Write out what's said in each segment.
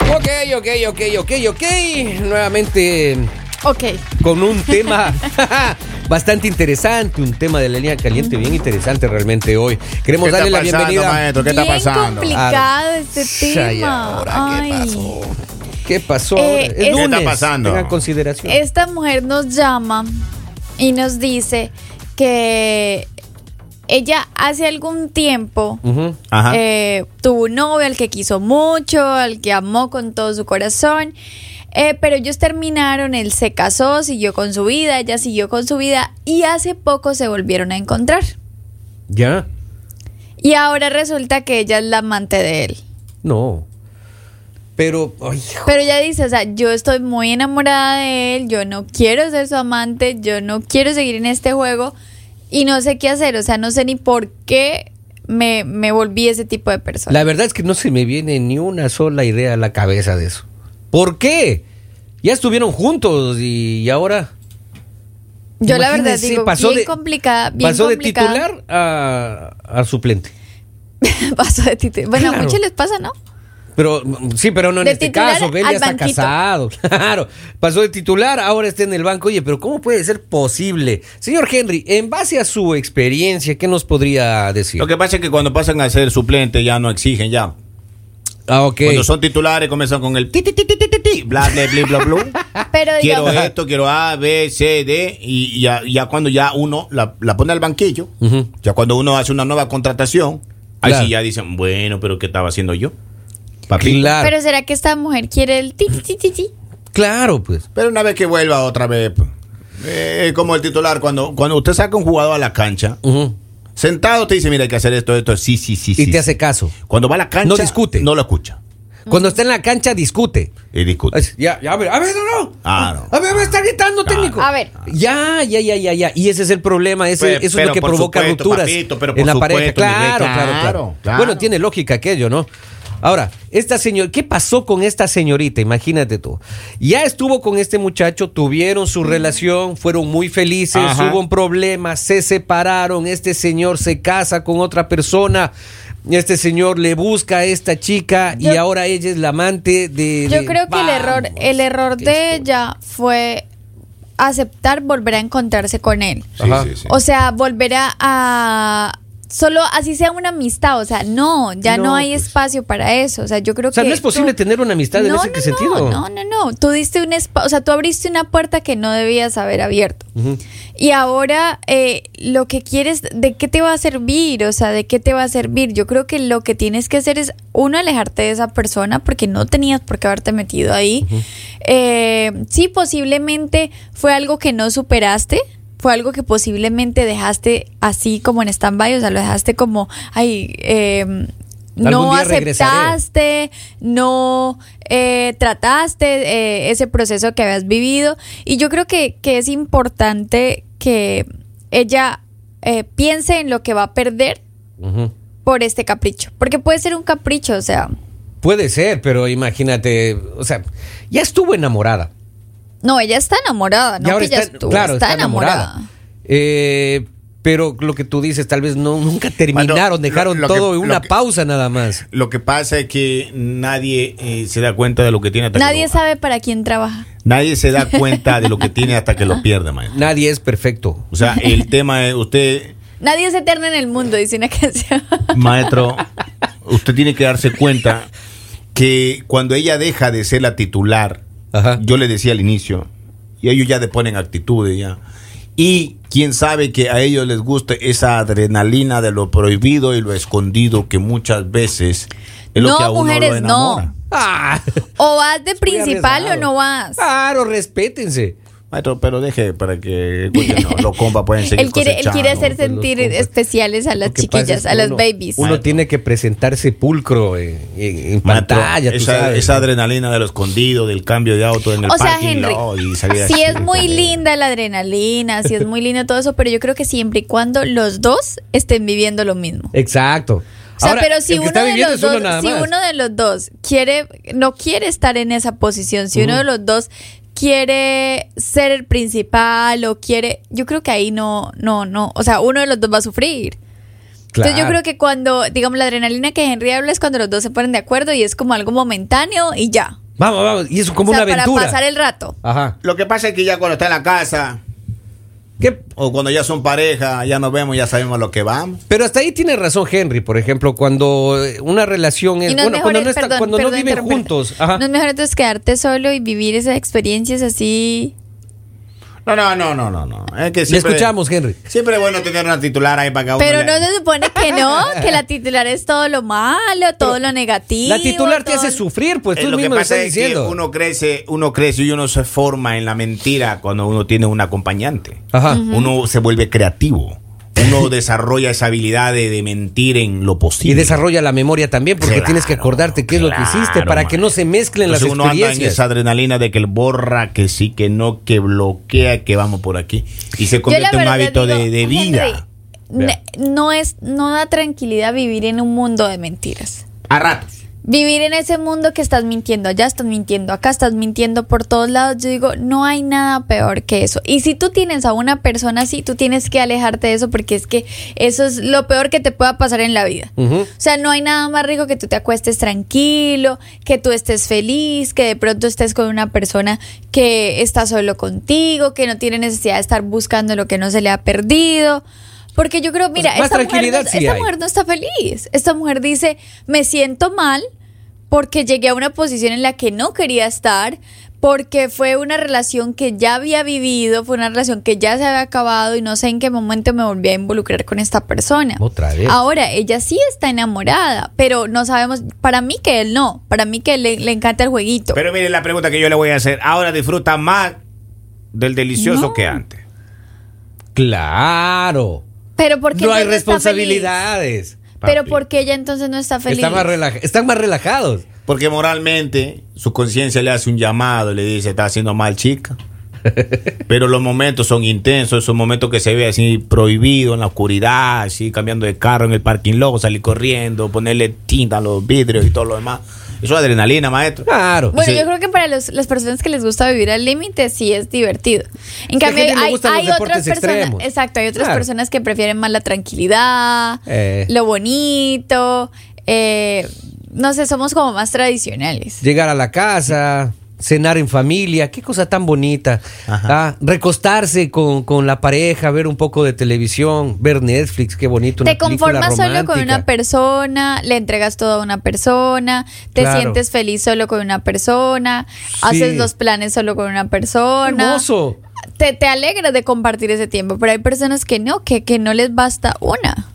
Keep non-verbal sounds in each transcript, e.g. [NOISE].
ok, ok, ok, ok. Nuevamente Ok. con un [LAUGHS] tema [LAUGHS] bastante interesante, un tema de la línea caliente bien interesante realmente hoy. Queremos ¿Qué darle está la pasando, bienvenida. maestro? ¿Qué está Bien pasando? complicado este tema. Ay, ahora, ¿qué Ay. pasó? ¿Qué pasó? Eh, ahora? es- ¿Qué está pasando? Tengan consideración. Esta mujer nos llama y nos dice que ella hace algún tiempo Ujú. Ajá. eh, tuvo un novio al que quiso mucho, al que amó con todo su corazón. eh, pero ellos terminaron, él se casó, siguió con su vida, ella siguió con su vida y hace poco se volvieron a encontrar. ¿Ya? Y ahora resulta que ella es la amante de él. No. Pero, ay, hijo. Pero ella dice, o sea, yo estoy muy enamorada de él, yo no quiero ser su amante, yo no quiero seguir en este juego y no sé qué hacer, o sea, no sé ni por qué me, me volví ese tipo de persona. la verdad es que no se me viene ni una sola idea a la cabeza de eso. ¿Por qué? Ya estuvieron juntos y, y ahora... yo la verdad Imagínense, digo, bien complicada, bien pasó complicada. de titular a, a suplente. [LAUGHS] pasó de titular. Bueno, Claro. a muchos les pasa, ¿no? Pero mm, sí, pero no en De este titular caso, Bel ya al está banquito. casado. [LAUGHS] Claro, pasó de titular, ahora está en el banco. Oye, pero ¿cómo puede ser posible? Señor Henry, en base a su experiencia, ¿qué nos podría decir? Lo que pasa es que cuando pasan a ser suplente ya no exigen ya. Ah, ok. Cuando son titulares comienzan con el ti ti ti ti ti ti ti, bla bla [LAUGHS] bla bla Ah, bla. Pero quiero digamos, esto, quiero A, B, C, D y ya, ya cuando ya uno la, la pone al banquillo, Ujú. ya cuando uno hace una nueva contratación, ahí Claro. sí ya dicen, bueno, pero ¿qué estaba haciendo yo? Papi. Claro, pero ¿será que esta mujer quiere el ti, ti, ti, ti? claro, pues. Pero una vez que vuelva otra vez, pues, eh, como el titular, cuando, cuando usted saca un jugador a la cancha, Ujú. sentado te dice, mira, hay que hacer esto, esto, sí, sí, sí. Y sí, te sí. hace caso. Cuando va a la cancha, No discute. No lo escucha. Cuando está en la cancha, discute. Y discute. Es- Ya, ya, a ver, a ver, no, no. Ah, no. Ah, A ver, me está gritando Claro. técnico. A ver. Ya, ya, ya, ya, ya. Y ese es el problema. Ese, Pero- eso es pero lo que por provoca supuesto, rupturas papito, pero en por la supuesto, pareja. mi Claro, rey, claro, claro, claro, claro. Bueno, tiene lógica aquello, ¿no? Ahora, esta señor, ¿qué pasó con esta señorita? Imagínate tú. Ya estuvo con este muchacho, tuvieron su relación, fueron muy felices, Ajá. hubo un problema, se separaron, este señor se casa con otra persona. Este señor le busca a esta chica y Yo- ahora ella es la amante de... Yo de- creo que el error, Vamos, el error qué de historia. ella fue aceptar volver a encontrarse con él. Sí, Ajá. sí, sí. O sea, volver a, a- solo así sea una amistad, o sea, no, ya no, No, hay pues. espacio para eso, o sea, yo creo O sea, que no es posible tener una amistad en ese no, que sentido. No, no, no, tú diste un espa- o sea, tú abriste una puerta que no debías haber abierto. Ujú. Y ahora eh, lo que quieres, ¿de qué te va a servir? O sea, ¿de qué te va a servir? Yo creo que lo que tienes que hacer es, uno, alejarte de esa persona porque no tenías por qué haberte metido ahí. Eh, sí, posiblemente fue algo que no superaste. Fue algo que posiblemente dejaste así como en stand-by, o sea, lo dejaste como, ay, eh, no Algún día regresaré. aceptaste, no eh, trataste eh, ese proceso que habías vivido. Y yo creo que, que es importante que ella eh, piense en lo que va a perder Ujú. por este capricho. Porque puede ser un capricho, o sea, Puede ser, pero imagínate, o sea, ya estuvo enamorada. no, ella está enamorada, Y no que ya estuvo, claro, está, enamorada. Eh, pero lo que tú dices, tal vez no, nunca terminaron, Bueno, lo- dejaron lo que- todo en lo una que- pausa nada más. Lo que pasa es que nadie eh, se da cuenta de lo que tiene hasta Nadie que lo, sabe para quién trabaja. Nadie se da cuenta de lo que tiene hasta que lo pierde, maestro. Nadie es perfecto. O sea, [LAUGHS] el tema es, usted, Nadie es eterno en el mundo, dice una [LAUGHS] canción. maestro, usted tiene que darse cuenta que cuando ella deja de ser la titular, Ajá. yo le decía al inicio, y ellos ya deponen actitudes ya. Y quién sabe que a ellos les guste esa adrenalina de lo prohibido y lo escondido que muchas veces es lo No, que a uno lo mujeres, no. enamora. [LAUGHS] Ah, O vas de principal o arriesgado. Ah. no vas. claro, respétense. Maestro, pero deje para que escuchen, no, los compas pueden seguir Él quiere, él quiere cosechando. hacer pues, los sentir compas. especiales a las Lo que pasa es chiquillas, que a las uno- babies. Uno Maestro. tiene que presentarse pulcro en, en- en Maestro, pantalla. tú esa, sabes, esa ¿no? adrenalina de lo escondido, del cambio de auto en el O sea, parking Henry, no, y salir así sí es muy con él. linda la adrenalina, sí es muy linda todo eso, pero yo creo que siempre y cuando los dos estén viviendo lo mismo. Exacto. O sea, Ahora, pero si el que uno, está de viviendo los es uno dos, nada si más. uno de los dos quiere, no quiere estar en esa posición, si uno de los dos quiere ser el principal o quiere, yo creo que ahí no, no, no, o sea, uno de los dos va a sufrir. Entonces yo Claro. creo que cuando, digamos, la adrenalina que Henry habla es cuando los dos se ponen de acuerdo y es como algo momentáneo y ya. Vamos, vamos. Y eso como o sea, una para aventura. pasar el rato. Ajá. Lo que pasa es que ya cuando está en la casa, ¿Qué? o cuando ya son pareja, ya nos vemos, ya sabemos lo que vamos. Pero hasta ahí tiene razón Henry, por ejemplo, cuando eh, una relación es. Y no es bueno, cuando mejor- no, está- perdón, cuando no perdón viven interrumpirte. juntos. Ajá. No es mejor entonces quedarte solo y vivir esas experiencias así. No, no, no, no, no, no. Es que Le siempre, escuchamos, Henry. Siempre es bueno tener una titular ahí para que uno Pero le- no se supone [LAUGHS] que no, que la titular es todo lo malo, todo lo negativo. La titular te todo- hace sufrir, pues Eh, tú lo que mismo lo pasa estás es que diciendo. uno crece, uno crece y uno se forma en la mentira cuando uno tiene un acompañante. Ajá. Uno se vuelve creativo. [LAUGHS] Uno desarrolla esa habilidad de, de mentir en lo Y posible. desarrolla la memoria también, porque Claro, tienes que acordarte qué es lo claro, que hiciste para man. que no se mezclen Entonces las uno anda en experiencias. esa adrenalina de que el borra, que sí, que no, que bloquea, que vamos por aquí. Y se Yo la convierte en un verdad hábito de, digo, de vida. Henry, Vea, ne- no es, no da tranquilidad vivir en un mundo de mentiras. A ratos. Vivir en ese mundo que estás mintiendo, allá estás mintiendo, acá estás mintiendo por todos lados. Yo digo, no hay nada peor que eso. Y si tú tienes a una persona así, tú tienes que alejarte de eso porque es que eso es lo peor que te pueda pasar en la vida. Ujú. O sea, no hay nada más rico que tú te acuestes tranquilo, que tú estés feliz, que de pronto estés con una persona que está solo contigo, que no tiene necesidad de estar buscando lo que no se le ha perdido. Porque yo creo, mira, más esta, mujer no, tranquilidad sí esta hay. mujer no está feliz. Esta mujer dice, me siento mal porque llegué a una posición en la que no quería estar, porque fue una relación que ya había vivido, fue una relación que ya se había acabado y no sé en qué momento me volví a involucrar con esta persona. Otra vez. Ahora, ella sí está enamorada, pero no sabemos, para mí que él no, para mí que le, le encanta el jueguito. Pero miren la pregunta que yo le voy a hacer. Ahora disfruta más del delicioso No. que antes. Claro. Pero porque No hay responsabilidades. Pero Papi. porque ella entonces no está feliz. Están más, relaja- están más relajados. Porque moralmente su conciencia le hace un llamado, le dice, está haciendo mal [LAUGHS] chica. Pero los momentos son intensos, esos momentos que se ve así prohibido en la oscuridad, así cambiando de carro en el parking loco, salir corriendo, ponerle tinta a los vidrios y todo lo demás. Eso es adrenalina, maestro. Claro. Bueno, Sí. yo creo que para los- las personas que les gusta vivir al límite sí es divertido. En Es que a cambio, gente le hay, gustan los hay deportes otras personas, extremos. exacto, hay otras Claro. personas que prefieren más la tranquilidad, Eh. lo bonito, eh, no sé, somos como más tradicionales. Llegar a la casa, cenar en familia, qué cosa tan bonita. Ajá. Ah, recostarse con, con la pareja, ver un poco de televisión, ver Netflix, qué bonito. una Te película conformas solo con romántica. una persona, le entregas todo a una persona, te Claro. sientes feliz solo con una persona, Sí. haces los planes solo con una persona. Hermoso. Te, te alegras de compartir ese tiempo, pero hay personas que no, que, que no les basta una.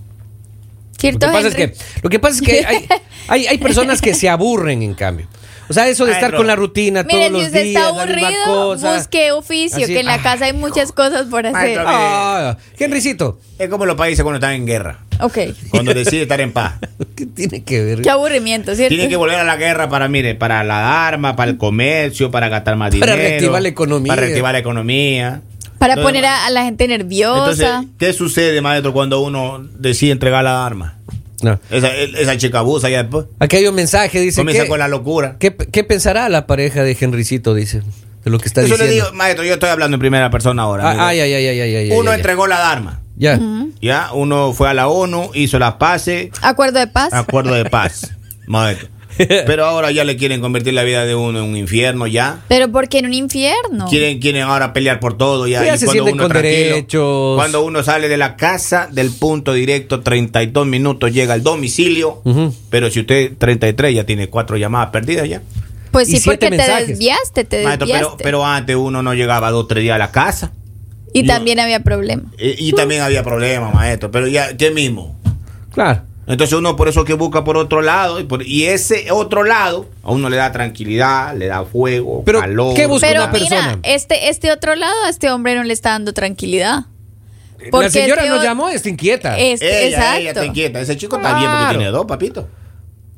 Lo ¿Cierto? que pasa es Henry? que, lo que, pasa es que hay, hay, hay personas [LAUGHS] que se aburren, en cambio. O sea, eso de Ay, estar bro. con la rutina [LAUGHS] todos Mire, los si usted días, está la misma aburrido, cosa. busque oficio, Así, que en la ah, casa hay muchas cosas por hacer. Maestro, Ah, Henrycito, Es como los países cuando están en guerra, Ok. cuando decide estar en [LAUGHS] paz. ¿qué tiene que ver? Qué aburrimiento, ¿cierto? Tienen que volver a la guerra para, mire, para la arma, para el comercio, para gastar más Para dinero. reactivar la economía. Para reactivar la economía. Para Lo poner demás. a, a la gente Entonces, nerviosa. ¿qué sucede, maestro, cuando uno decide entregar la arma? No. Esa, esa chica abusa ya después. Aquí hay un mensaje, dice. Comienza ¿qué, con la locura. qué, qué pensará la pareja de Henrycito? Dice, de lo que está Eso le diciendo. digo, maestro, yo estoy hablando en primera persona ahora. Ah, mire. ay, ay, ay, ay, ay, ay, uno ay, ay. entregó la Dharma, Ya. ¿ya? Uno fue a la ONU, hizo las paces, Acuerdo de paz. Ah. acuerdo de paz, maestro. Pero ahora ya le quieren convertir la vida de uno en un infierno, ¿ya? Pero porque en un infierno. Quieren, quieren ahora pelear por todo, ¿ya? Pues ya se sienten con tranquilo, derechos. Cuando uno sale de la casa, del punto directo, 32 minutos, llega al domicilio. Ujú. Pero si usted, 33, ya tiene cuatro llamadas perdidas, ¿ya? Pues Y sí, siete porque mensajes. te desviaste, Eh, te Maestro, desviaste. este. pero, pero antes uno no llegaba dos tres días a la casa. y yo- también había problema. Eh, Mm. Y, también había problemas, maestro. Pero ya, ¿qué mismo? Claro. Entonces uno por eso que busca por otro lado. Y, por- y ese otro lado a uno le da tranquilidad, le da fuego, Pero, calor. ¿qué busca Pero una ¿verdad? persona. mira, este, este otro lado a este hombre no le está dando tranquilidad. la señora este nos o- llamó, está inquieta. Este, Ella, ella exacto. te inquieta. Ese chico está bien porque Claro. tiene dos, papito.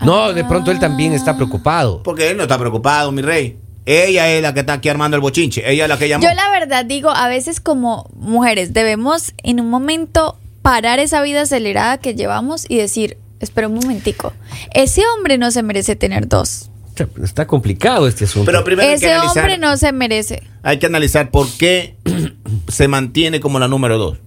No, de pronto él también está preocupado. Porque él no está preocupado, mi rey. Ella es la que está aquí armando el bochinche. Ella es la que llamó. Yo la verdad digo, a veces como mujeres debemos en un momento parar esa vida acelerada que llevamos y decir, espera un momentico, ese hombre no se merece tener dos. Che, pero Está complicado este asunto. Pero primero hay que Ese analizar. hombre no se merece. [CLEARS THROAT] Hay que analizar por qué se mantiene como la número dos.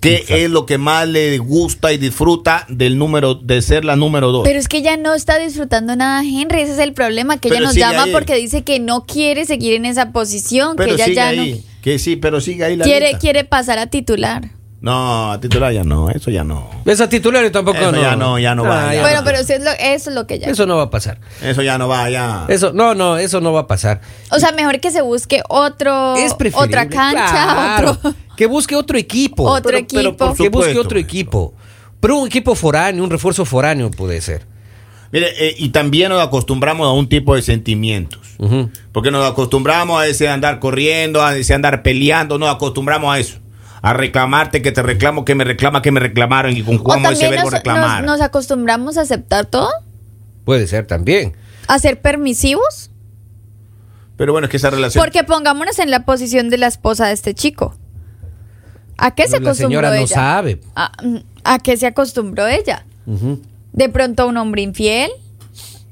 ¿Qué es lo que más le gusta y disfruta del número de ser la número dos? Pero es que ella no está disfrutando nada, Henry. Ese es el problema, que Pero ella nos sigue llama ahí. porque dice que no quiere seguir en esa posición, que Pero ella sigue ya ahí. Que sí, pero sigue ahí no la quiere, lista. Ah. quiere pasar a titular. No, a titular ya no, eso ya no. Esa titulares tampoco Eso no. ya no, ya no va, ya. Bueno, pero eso es lo, eso es lo que ella. Eso no va a pasar. Eso ya no va, ya. Eso, no, no, eso no va a pasar. O sea, mejor que se busque otro, es preferible. otra cancha, claro, otro. Que busque otro equipo. Otro Pero- pero equipo. por que busque supuesto. otro equipo. Pero un equipo foráneo, un refuerzo foráneo puede ser. Mire, eh, y también nos acostumbramos a un tipo de sentimientos. Ujú. Porque nos acostumbramos a ese andar corriendo, a ese andar peleando, nos acostumbramos a eso. A reclamarte, que te reclamo, que me reclama, que me reclamaron y con O cómo ese también verbo nos, reclamar. nos- nos acostumbramos a aceptar todo, Puede ser también. a ser permisivos. Pero bueno, es que esa relación. Porque pongámonos en la posición de la esposa de este chico. ¿A qué se Pero la acostumbró señora no ella? sabe. ¿A, mm, a qué se acostumbró ella? Ujú. De pronto un hombre infiel,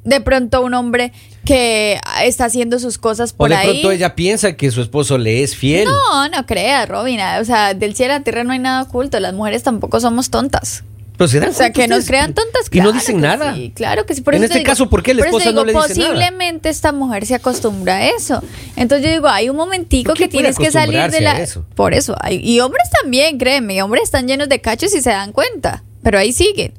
de pronto un hombre que ah, está haciendo sus cosas O por de ahí. pronto ella piensa que su esposo le es fiel. No, no creas, Robina. O sea, del cielo a la tierra no hay nada oculto. Las mujeres tampoco somos tontas. Pero se dan O sea, cuenta que nos ustedes. crean tontas. Y no claro dicen que nada. sí, claro que sí. Por En eso te este caso, ¿por qué la por eso te esposa no digo, le dice nada? Posiblemente esta mujer se acostumbra a eso. Entonces yo digo, hay un momentico ¿Por qué que tienes puede que salir de acostumbrarse la... a eso? Por eso. hay- Y hombres también, créeme. Hombres están llenos de cachos y se dan cuenta. Pero ahí siguen.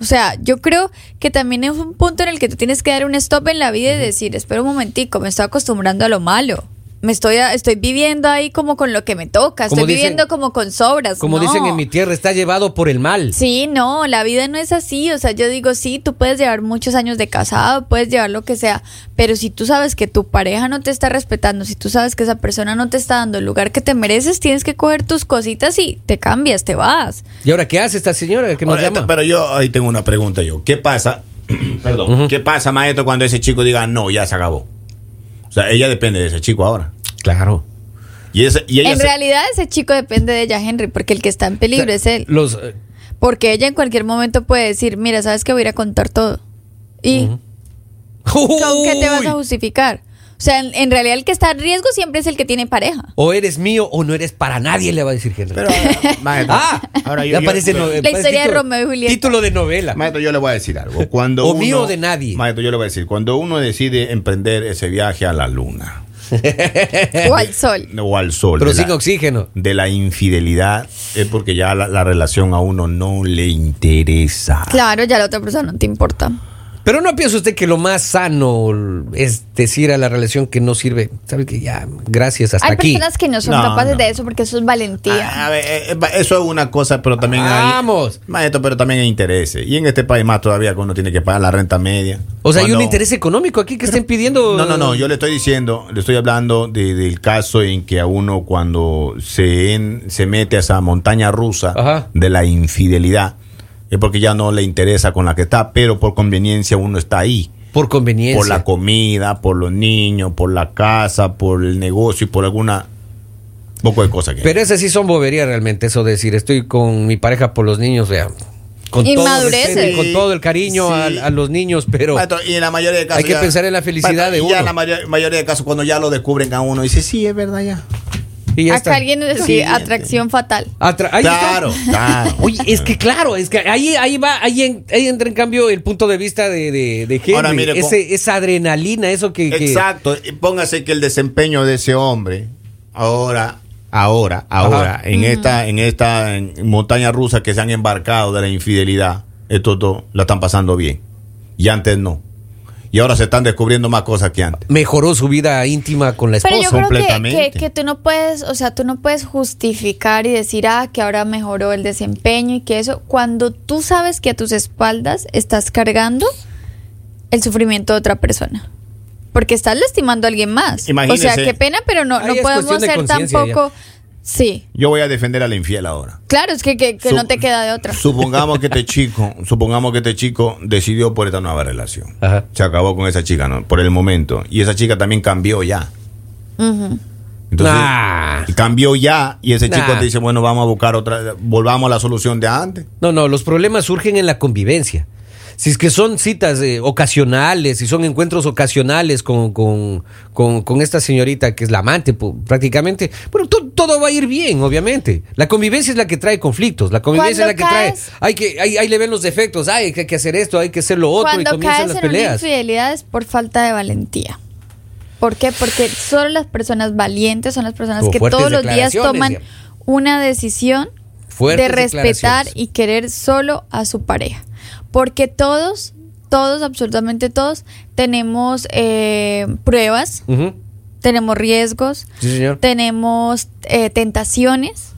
O sea, yo creo que también es un punto en el que tú tienes que dar un stop en la vida y decir, espera un momentico, me estoy acostumbrando a lo malo. Me estoy, estoy viviendo ahí como con lo que me toca, estoy Como dicen- viviendo como con sobras. Como No. dicen en mi tierra, está llevado por el mal. Sí, no, la vida no es así. O sea, yo digo, sí, tú puedes llevar muchos años de casado, puedes llevar lo que sea, pero si tú sabes que tu pareja no te está respetando, si tú sabes que esa persona no te está dando el lugar que te mereces, tienes que coger tus cositas y te cambias, te vas. ¿Y ahora qué hace esta señora que nos Ahora, llama? Pero yo ahí tengo una pregunta yo. ¿Qué pasa? [CLEARS THROAT] Perdón. ¿Qué pasa, maestro, cuando ese chico diga no, ya se acabó? O sea, ella depende de ese chico ahora. Claro. Y, ese- y ella en se- realidad ese chico depende de ella, Henry, porque el que está en peligro es él. Los, eh, Porque ella en cualquier momento puede decir, mira, sabes que voy a ir a contar todo. ¿Y con qué te vas uy. a justificar? O sea, en, en realidad el que está en riesgo siempre es el que tiene pareja. O eres mío o no eres para nadie, le va a decir Henry. [LAUGHS] Pero, [LAUGHS] ahora, maestro, ah, ahora yo, ya yo- parece no- eh, La parece historia de título- Romeo y Julieta. Título de novela. maestro, yo le voy a decir [LAUGHS] algo. Cuando O uno- mío o de nadie. Maestro, yo le voy a decir, cuando uno decide emprender ese viaje a la luna Eh. O al sol. o al sol, pero de la- sin oxígeno. de la infidelidad, es porque ya la, la relación a uno no le interesa. Claro, ya la otra persona no te importa. Pero no piensa usted que lo más sano es decir a la relación que no sirve. ¿Sabe que ya? Gracias, hasta Hay aquí. personas que no son No, capaces no. de eso porque eso es valentía. Ah, a ver, eh, eh, eso es una cosa, pero también hay- Vamos. Maestro, pero también hay intereses. Y en este país más todavía que uno tiene que pagar la renta media. O sea, hay un Cuando- interés económico aquí que estén pidiendo. No, no, no, yo le estoy diciendo, le estoy hablando de- del caso en que a uno cuando se, en- se mete a esa montaña rusa Ajá. de la infidelidad, es porque ya no le interesa con la que está, pero por conveniencia uno está ahí. Por conveniencia. Por la comida, por los niños, por la casa, por el negocio y por alguna poco de cosas que... Pero esas sí son boberías realmente, eso de decir, estoy con mi pareja por los niños, vea. Con todo, el Inmadureces. respeto y con todo el cariño Sí. a, a los niños, pero Maestro, y en la mayoría de casos Hay que pensar en la felicidad de y Ya uno. en la mayor- mayoría de casos cuando ya lo descubren a uno dice, sí, es verdad ya. y ya Ah, Acá está. alguien nos Sí, decía atracción fatal. Atra- ahí está. [LAUGHS] claro, claro. Oye, es que claro, es que ahí, ahí va, ahí, en- ahí entra en cambio el punto de vista de, de, de Henry. Ahora, mire, con- Ese- esa adrenalina, eso que, que- Exacto. Y Póngase que el desempeño de ese hombre ahora, ahora, ahora, en Mm. esta, en esta en- montaña rusa que se han embarcado de la infidelidad, estos dos la están pasando bien. Y antes no. Y ahora se están descubriendo más cosas que antes. mejoró su vida íntima con la esposa. Pero yo creo que- que, completamente. que tú no puedes, o sea, tú no puedes justificar y decir, ah, que ahora mejoró el desempeño y que eso, cuando tú sabes que a tus espaldas estás cargando el sufrimiento de otra persona. Porque estás lastimando a alguien más. Imagínese. O sea, qué pena, pero no, Ahí no es podemos cuestión de ser conciencia tampoco... Sí, Yo voy a defender a la infiel ahora. claro, es que, que- que Su- no te queda de otra. Supongamos que [LAUGHS] este chico, supongamos que este chico decidió por esta nueva relación. Ajá. Se acabó con esa chica, ¿no? Por el momento. Y esa chica también cambió ya. Ujú. Entonces, Nah. cambió ya y ese chico Nah. te dice, bueno, vamos a buscar otra, volvamos a la solución de antes. No, no, los problemas surgen en la convivencia. si es que son citas eh, ocasionales, si son encuentros ocasionales con, con, con- con esta señorita que es la amante pu- prácticamente, bueno, to- todo va a ir bien, obviamente. La convivencia es la que trae conflictos, la convivencia es la Cuando que caes- trae... Hay que, hay, ahí le ven los defectos, ay, que hay que hacer esto, hay que hacer lo otro, y Cuando comienzan caes las en una peleas. infidelidad es por falta de valentía. ¿Por qué? Porque solo las personas valientes son las personas Tuvo que fuertes todos los días declaraciones, toman ya. una decisión Fuertes de respetar declaraciones. y querer solo a su pareja. Porque todos, todos, absolutamente todos, tenemos eh, pruebas, Ujú. tenemos riesgos, Sí, señor. tenemos eh, tentaciones,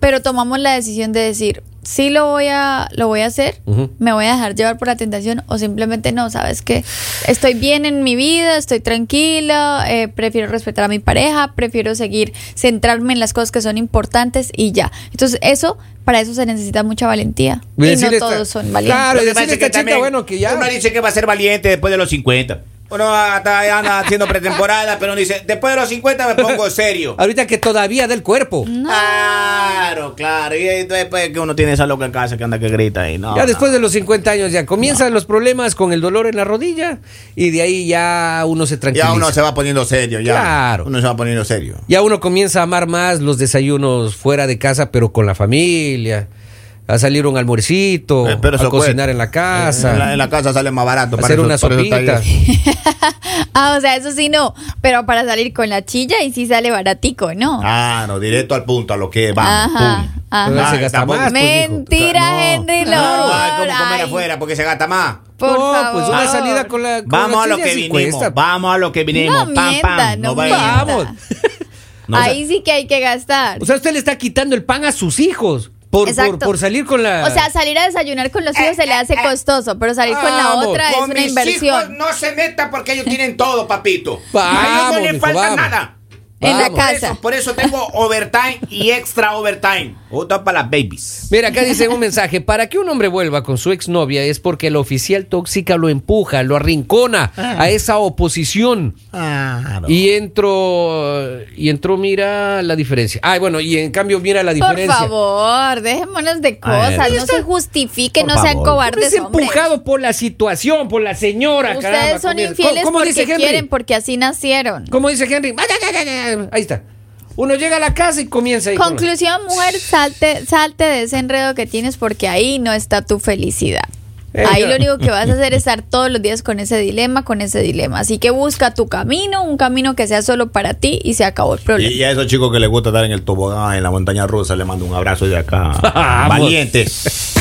pero tomamos la decisión de decir, sí lo voy a, lo voy a hacer, Ujú. me voy a dejar llevar por la tentación o simplemente no, sabes que estoy bien en mi vida, estoy tranquila, eh, prefiero respetar a mi pareja, prefiero seguir centrarme en las cosas que son importantes y ya. Entonces eso, para eso se necesita mucha valentía. Y Y, no decirle esta- todos son valientes. Claro, Lo y que pasa decirle es que a esta chica, también bueno, que ya... Uno dice que va a ser valiente después de los 50. Uno hasta ahí anda haciendo pretemporada, pero uno dice, después de los 50 me pongo [LAUGHS] serio. Ahorita que todavía del cuerpo. Claro, claro. Y ahí después que uno tiene esa loca en casa que anda que grita Ah, y no. Ya después no. de los 50 años ya comienzan los problemas con el dolor en la rodilla y de ahí ya uno se tranquiliza. Ya uno se va poniendo serio, ya. Claro. Uno se va poniendo serio. Ya uno comienza a amar más los desayunos fuera de casa, pero con la familia, a salir un almuercito, Eh, pero a eso cuesta. cocinar En en la la, casa, en la casa sale más barato. para hacer eso- una para eso está ahí sopita. eso. Ah, o sea, eso sí no, pero para salir con la chilla y sí sale baratico, ¿no? Ah, no, directo al punto, a lo que vamos. Ajá, pum. ajá. Pero se Ah, gasta tampoco- más, pues, mijo. Mentira, No. Henry Lord. Claro, hay como comer Ay, afuera porque se gasta más. [LAUGHS] Por no, favor. pues una salida con la con Vamos la a lo chilla que sí vinimos. cuesta. Vamos a lo que vinimos. No pam, mienta, pam. no vaya. mienta. Vamos. [LAUGHS] No, o sea- Ahí sí que hay que gastar. O sea, usted le está quitando el pan a sus hijos por, por, Exacto. por salir con la... O sea, salir a desayunar con los hijos se le hace costoso, pero salir con la Vamos, otra es Con una mis hijos inversión no se meta porque ellos [LAUGHS] tienen todo, papito. Vamos, a ellos no les mijo, falta vamos. nada. en la Vamos. Por casa. eso, por eso tengo overtime y extra overtime. Otra para las babies. Mira, acá dice un mensaje. Para que un hombre vuelva con su exnovia es porque la oficial tóxica lo empuja, lo arrincona Ah. a esa oposición. Y entró, y entró, mira la diferencia. Ay, bueno, y en cambio mira la Por diferencia. favor, dejémonos de cosas. No se justifique, Por no sean favor. Es cobardes. hombre. empujado por la situación, por la señora. caramba, Ustedes son comienza. infieles ¿Cómo, cómo porque dice Henry? quieren, porque así nacieron. ¿Cómo dice Henry? Ahí está. Uno llega a la casa y comienza ahí con la- Conclusión, mujer, salte, salte de ese enredo que tienes porque ahí no está tu felicidad. Eh, Ahí ya. lo único que vas a hacer es estar todos los días con ese dilema, con ese dilema. Así que busca tu camino, un camino que sea solo para ti y se acabó el Y, problema. y a esos chicos que les gusta estar en el tobogán, en la montaña rusa, les mando un abrazo de acá. Vamos. Valientes.